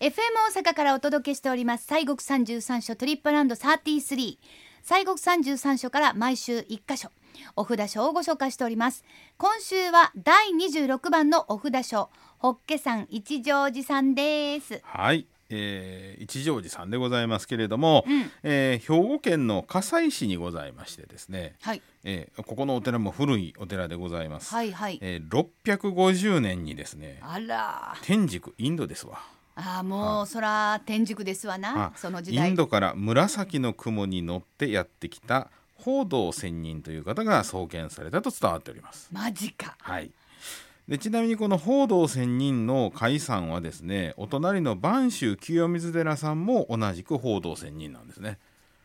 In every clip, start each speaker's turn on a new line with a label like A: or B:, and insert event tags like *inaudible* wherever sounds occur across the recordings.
A: FM 大阪からお届けしております西国三十三所トリップランド33西国三十三所から毎週一箇所お札書をご紹介しております今週は第26番のお札書ホッケさん一乗寺さんです
B: はい、えー一乗寺さんでございますけれども、えー兵庫県の加西市にございましてですね、
A: はい
B: えーここのお寺も古いお寺でございます、
A: はいはい
B: えー650年にですね
A: あら
B: 天竺インドですわ
A: あーもうそら天竺ですわな
B: あ
A: その時
B: イ
A: 代
B: ンドから紫の雲に乗ってやってきた報道仙人という方が創建されたと伝わっております。
A: マジか
B: はい、でちなみにこの報道仙人の甲斐さんはですねお隣の播州清水寺さんも同じく報道仙人なんですね。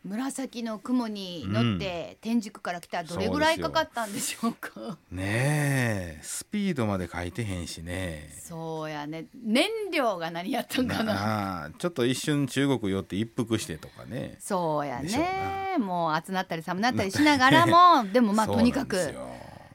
A: 紫の雲に乗って天竺から来たらどれぐらいかかったんでしょうか
B: ねえスピードまで書いてへんしね。
A: そうやね燃料が何やったんかな
B: なあちょっと一瞬中国寄って一服してとかね。
A: そうや
B: でしょ
A: ね
B: う
A: もう暑なったり寒なったりしながら
B: *laughs*
A: もでもまあ
B: そう
A: と
B: なん
A: に
B: です
A: かく
B: よ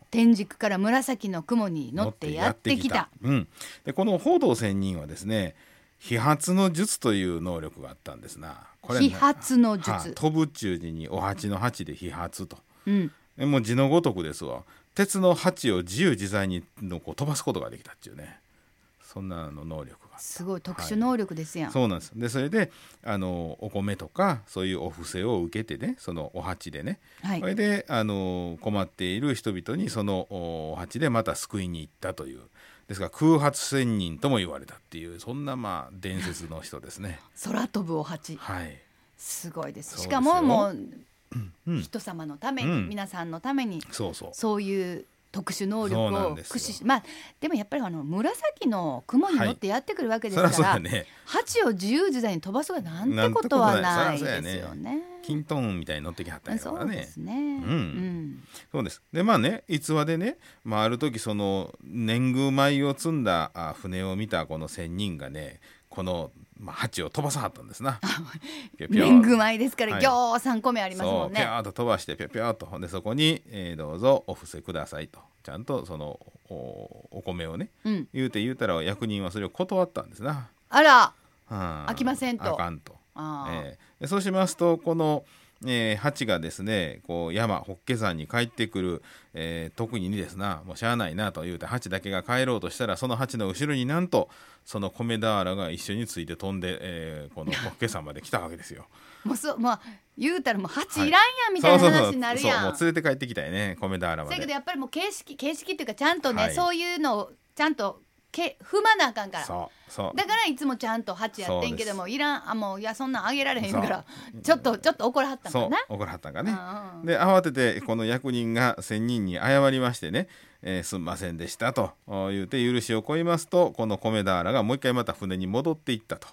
A: 天竺から紫の雲に乗ってやってきた。
B: うん、でこの報道仙人はですね飛発の術という能力があったんですな。これね
A: 飛発の術
B: はい飛ぶ中ににお鉢の鉢で飛発と。
A: うん、
B: えもう字のごとくですわ鉄の鉢を自由自在にのこう飛ばすことができたっていうねそんなあの能力が
A: すごい特殊能力ですやん、
B: そうなんですでそれであのお米とかそういうお布施を受けてねそのお鉢でね、
A: はい
B: それであの困っている人々にそのおお鉢でまた救いに行ったというですから空発仙人とも言われたっていうそんなまあ伝説の人ですね
A: 空飛ぶお鉢
B: はい
A: すごいです
B: そうです
A: し
B: よ
A: かももう、
B: うん
A: 人様のために、
B: うん
A: 皆さんのために
B: そうそう
A: そういう特殊能力
B: そうな
A: を
B: んですよ
A: 駆使しまあでもやっぱりあの紫の雲に乗ってやってくるわけです
B: そ
A: か
B: り
A: ら、
B: ゃそうだね
A: 鉢を自由自在に飛ばすがなん
B: な
A: て
B: んて
A: こ
B: ことと
A: は
B: は
A: な
B: ないい
A: です
B: そら
A: よ
B: そう
A: ね。
B: キントンみたいに乗ってきはったんやか
A: そ
B: ら
A: う
B: ね
A: ですね。
B: うん
A: うん
B: そうです。でまあね逸話でね、まあ、ある時その年貢米を積んだあ船を見たこの仙人がねこの、まあ、鉢を飛ばさはったんですな。ピョピョ
A: 年貢米ですから、
B: はい
A: ぎょうさん米あります
B: そ
A: も
B: うんピョ
A: ね。
B: ーッと飛ばしてピョピョーッとほんでそこに、えーどうぞお布施ください」とちゃんとそのおお米をね
A: うん、
B: 言うて言うたら役人はそれを断ったんですな。
A: あら、
B: 飽
A: 飽きませんと
B: あかんと。
A: あー
B: えーでそうしますとこの、えー蜂がですねこう山ホッケ山に帰ってくる、えー特ににですなもうしゃあないなというて蜂だけが帰ろうとしたらその蜂の後ろになんとその米俵が一緒について飛んで、えーこ
A: *laughs*
B: のホッケ山まで来たわけですよ。
A: もうそう、まあ、言うたらもう鉢いらんやんみたいな話になるや
B: そう
A: ん。そ
B: そうそううもう連れて帰ってきたよね米俵
A: や
B: ま
A: けど、
B: で。
A: やっぱりもう形式、形式っていうか、ちゃんとね、
B: はい
A: そういうのをちゃんと、け、踏まなあかんから。
B: そうそう
A: だからいつもちゃんと鉢やってんけどもいらんあもういやそんなんあげられへんからちょっとちょっと怒らはったん
B: そ
A: か
B: う
A: な
B: 怒らはったんかね。
A: うんうん
B: で慌ててこの役人が仙人に謝りましてね「えーすんませんでした」とお言うて許しをこいますとこの米俵がもう一回また船に戻っていったと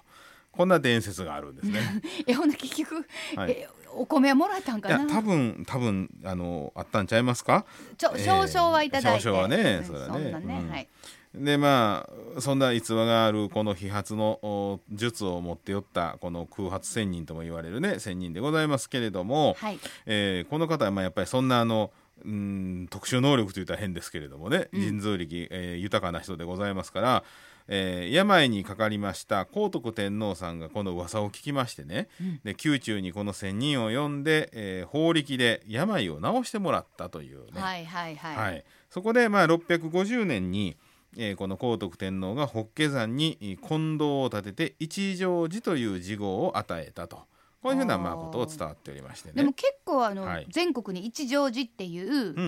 B: こんな伝説があるんです
A: *laughs*
B: ね。
A: えほんで結局、
B: はい
A: えお米はもらえたんか
B: いや
A: な
B: 多分多分あのあったんちゃいますか
A: ちょ
B: えー
A: 少々はいただいて、
B: 少々はね
A: うん
B: そらね
A: んなね、
B: うん
A: はい
B: でまあそんな逸話があるこの飛発のお術を持っておったこの空発仙人とも言われるね仙人でございますけれども、
A: はい
B: えーこの方はまあやっぱりそんなあのうん特殊能力といったら変ですけれどもね、人造力、えー豊かな人でございますから、えー病にかかりました光徳天皇さんがこの噂を聞きましてね、で宮中にこの仙人を呼んで、えー法力で病を治してもらったというね、
A: はいはいはい、
B: はい、そこでまあ650年に、えーこの光徳天皇が法華山にえー金堂を建てて一乗寺という寺号を与えたとこういうふうなまあ
A: あー
B: ことを伝わっておりましてね。
A: でも結構あの、
B: はい
A: 全国に一乗寺っていう、
B: うんうんう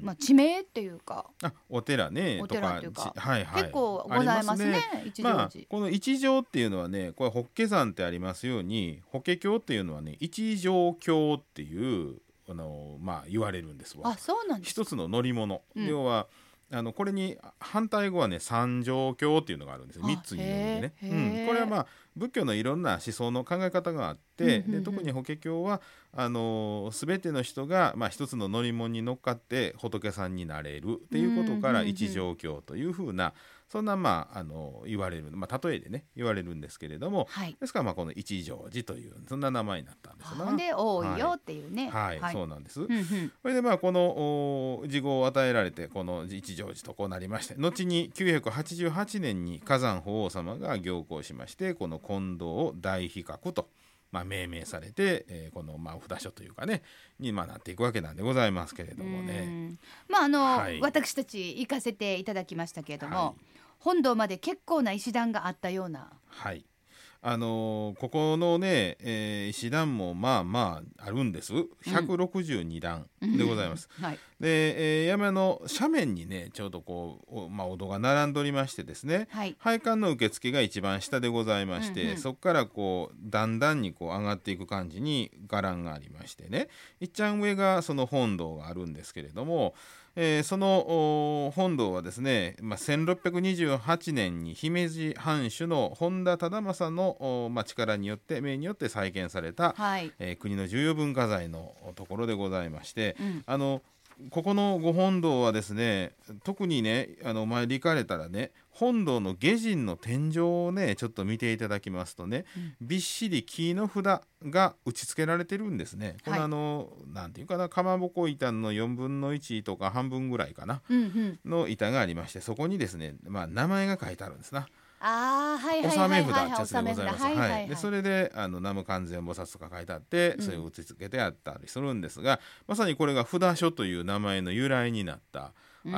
B: ん
A: まあ、地名っていうか、
B: あお寺ね
A: お
B: と
A: 寺
B: か
A: っていうか
B: じはいはい、
A: 結構ございますね
B: あり
A: 一乗寺
B: まあ、この一条っていうのはねこれ法華山ってありますように法華経っていうのはね一条経っていうあのまあ言われるんですわ
A: あそうなんです
B: 一つの乗り物、
A: うん
B: 要はあのこれに反対語はね三条経っていうのがあるんですよ
A: あ
B: 三つに分
A: へ
B: け
A: ー
B: てね、
A: へー
B: うん、これはまあ仏教のいろんな思想の考え方があって、
A: うんうんうん
B: で特に法華経はあのー全ての人が、まあ、一つの乗り物に乗っかって仏さんになれるっていうことか
A: うんうんうん
B: ら
A: うん
B: 一条経というふうなそんなまああの言われる、まあ、例えでね言われるんですけれども、
A: はい
B: ですからまあこの一乗寺というそんな名前になったんです
A: ほん
B: な。
A: で多いよっていうね
B: はい、そう
A: う
B: なんです。
A: んうん
B: それでまあこのお事号を与えられてこの一乗寺とこうなりまして後に988年に火山法皇様が行幸しましてこの近藤を大比較と、まあ、命名されて、えーこのまあお札所というかねにまあなっていくわけなんでございますけれども
A: う
B: ね。
A: んまああの、
B: はい
A: 私たち行かせていただきましたけれども、
B: はい
A: 本堂まで結構な石段があったような
B: はいあのーここのね、えー石段もまあまああるんです162段でございます。
A: はい
B: で、えー山の斜面にねちょうどこうお,、まあ、お堂が並んでおりましてですね
A: はい
B: 配管の受付が一番下でございまして、
A: うんうん
B: そこからこうだんだんにこう上がっていく感じに伽藍がありましてねいっちゃん上がその本堂があるんですけれども、えーそのお本堂はですね、まあ、1628年に姫路藩主の本田忠政のお、まあ、力によって命によって再建された、
A: はい
B: えー国の重要文化財のところでございまして、
A: うん
B: あのここのご本堂はですね特にねあのお参り行かれたらね本堂の下陣の天井をねちょっと見ていただきますとね、びっしり木の札が打ち付けられてるんですね。こ
A: はい
B: のあの、なんていうかなかまぼこ板の4分の1とか半分ぐらいかな
A: うんうん
B: の板がありましてそこにですね、まあ、名前が書いてあるんですな。
A: ああはいはい
B: 納
A: は
B: め
A: い
B: 札
A: はい
B: ってやつでございます。
A: はいはいは
B: はいい、でそれであの南無完全菩薩とか書いてあって、それを打ち付けてあったりするんですが、まさにこれが札所という名前の由来になったあ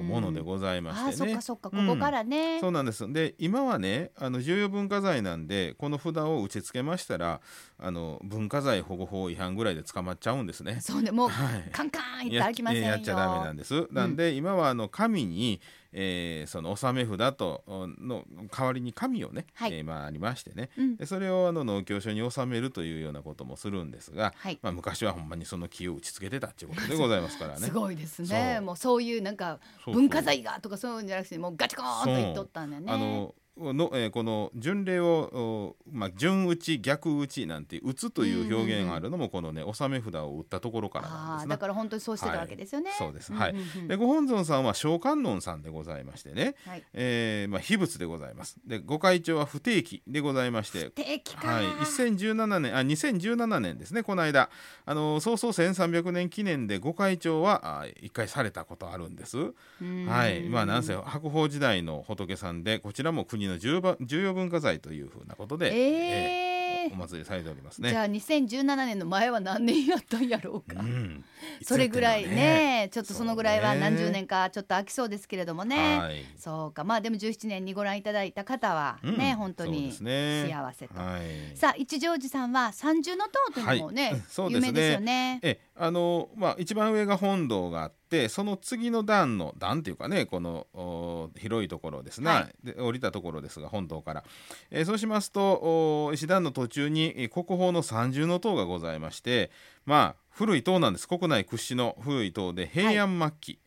A: うん
B: ものでございま
A: ああ
B: して
A: そっ
B: ね
A: か。そっかここからね、
B: そうなんですで今はねあの重要文化財なんでこの札を打ち付けましたらあの文化財保護法違反ぐらいで捕まっちゃうんですね。
A: そうねもう、
B: はい
A: カンカンいって
B: や
A: 歩きませんよ
B: やっちゃダメなんです。なんで、今はあの神に、えーその納め札との代わりに神をね、
A: はい
B: えーまあありましてね、
A: うん
B: でそれをあの農協所に納めるというようなこともするんですが、
A: はい
B: まあ昔はほんまにその木を打ち付けてたっていうことでございますからね。
A: すごいですね
B: そう
A: もうそういうなんか
B: そうそう
A: 文化財がとかそういうんじゃなくてもうガチコーンと言っとったんだよね
B: あののえーこの巡礼を、おまあ、順打ち逆打ちなんて打つという表現があるのもこのね納め札を打ったところからなん
A: あ
B: です
A: あ
B: ね
A: だ。から本当にそうしてたわけですよね、
B: そうです、
A: ん
B: はい
A: うんうん
B: でご本尊さんは小観音さんでございましてね、
A: はい
B: えーまあ、秘仏でございますでご会長は不定期でございまして
A: 定期か、
B: はい、2017年あ2017年ですねこの間あの早々1300年記念でご会長はあ一回されたことあるんです
A: うん
B: はいまあなんせ白鳳時代の仏さんでこちらも国の重ば重要文化財というふうなことで、え
A: え
B: ー
A: ー
B: お祭りされておりま
A: じ
B: すね
A: ゃあ2017年の前は何年やったんやろうか、
B: うん
A: それぐらい
B: つ
A: ね
B: やって
A: ちょ
B: んの
A: っとそのぐらいは
B: そうね
A: 何十年かちょっと飽きそうですけれどもね、
B: はい
A: そうかまあでも17年にご覧いただいた方は
B: うん
A: ね、本当に
B: そうですね
A: 幸せと、
B: はい
A: さあ一乗寺さんは三重の塔というのもね、
B: はいうんそう
A: 有
B: ですね
A: 名ですよね
B: ええあのまあ一番上が本堂があってその次の段の段っていうかねこのお広いところですね、
A: は
B: で降りたところですが本堂から、えーそうしますとお石段の途中にえー国宝の三重の塔がございましてまあ古い塔なんです国内屈指の古い塔で平安末期、
A: うん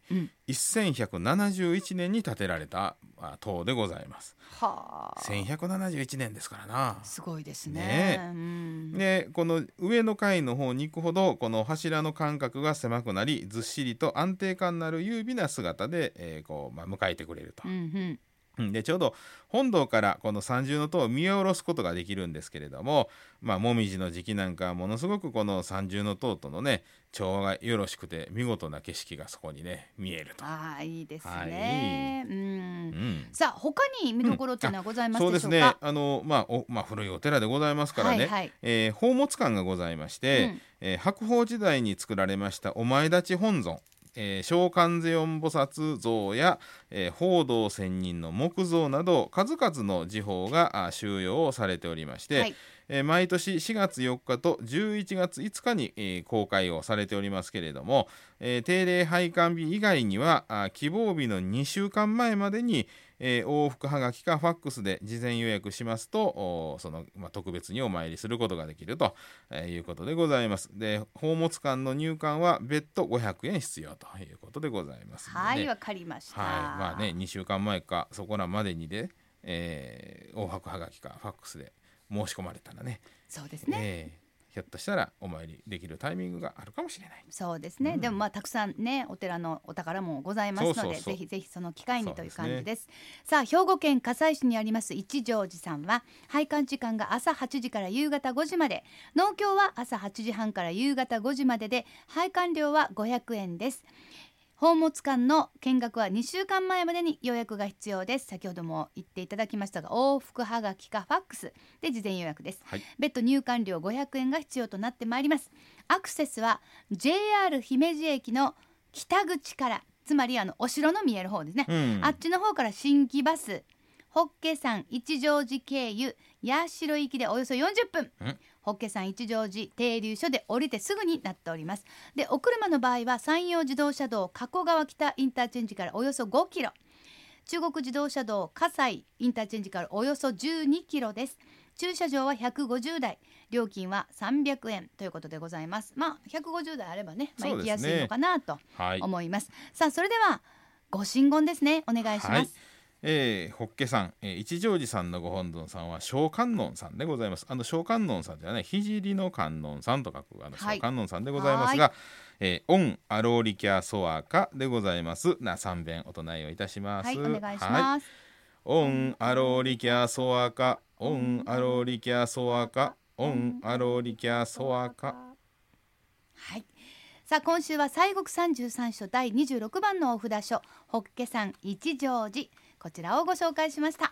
B: 1171年に建てられたあ塔でございます
A: はあ
B: 1171年ですからな
A: すごいですね
B: ね
A: うん
B: でこの上の階の方に行くほどこの柱の間隔が狭くなりずっしりと安定感のある優美な姿で、えーこうまあ、迎えてくれると
A: うんう、ん
B: うんでちょうど本堂からこの三重の塔を見下ろすことができるんですけれども、まあ、もみじの時期なんかはものすごくこの三重の塔とのね調和がよろしくて見事な景色がそこにね見えると。
A: ああいいですね、うん
B: うん
A: さあ他に見どころっていうのはございます
B: そう
A: で
B: で
A: し
B: す
A: ょうか、
B: ねあの、まあおまあ、古いお寺でございますからね、
A: はいはい
B: えー宝物館がございまして、
A: うん
B: えー白鳳時代に作られましたお前立ち本尊えー、小観世音菩薩像や、えー、報道仙人の木像など数々の寺宝があ収容をされておりまして、
A: はい
B: えー毎年4月4日と11月5日に、えー公開をされておりますけれども、えー定例拝観日以外にはあ希望日の2週間前までに、えー往復はがきかファックスで事前予約しますとおその、まあ、特別にお参りすることができると、えーいうことでございますで宝物館の入館は別途500円必要ということでございますんでね、
A: はいわかりました、
B: はい、まあね2週間前かそこらまでにで、えー、往復はがきかファックスで申し込まれたらね
A: そうですね、
B: ええひょっとしたらお参りできるタイミングがあるかもしれない。
A: そうですね、でもまあたくさんねお寺のお宝もございますので
B: そうそうそう
A: ぜひぜひその機会にという感
B: そ
A: じ
B: う
A: で
B: です
A: さあ兵庫県加西市にあります一乗寺さんは拝観時間が朝8時から夕方5時まで農協は朝8時半から夕方5時までで拝観料は500円です宝物館の見学は2週間前までに予約が必要です先ほども言っていただきましたが往復はがきかファックスで事前予約です、
B: はい
A: 別途入館料500円が必要となってまいりますアクセスは JR 姫路駅の北口からつまりあのお城の見える方ですね、
B: うん
A: あっちの方から新規バスホッケ山一乗寺経由八代行きでおよそ40分
B: うん
A: ホッケ山一乗寺停留所で降りてすぐになっておりますでお車の場合は山陽自動車道加古川北インターチェンジからおよそ5キロ中国自動車道葛西インターチェンジからおよそ12キロです駐車場は150台料金は300円ということでございますまあ150台あればね、まあ、
B: そう
A: 行
B: ですね
A: きやすいのかなと
B: はい。
A: 思います、さあそれではご神言ですねお願いします、
B: はいえー、ホッケさん、えー一乗寺さんのご本尊さんは小観音さんでございます。あの小観音さんじゃない、聖の観音さんと書くあの
A: はい
B: 小観音さんでございますが、えーオンアローリキャソアカでございます。な三遍お唱えをいたします。
A: はい、お願いし
B: はい
A: ます。
B: オンアローリキャソアカ、オンアローリキャソアカ、オンアローリキャソアカ。
A: はい。さあ今週は西国三十三所第二十六番のお札書法華山一乗寺こちらをご紹介しました。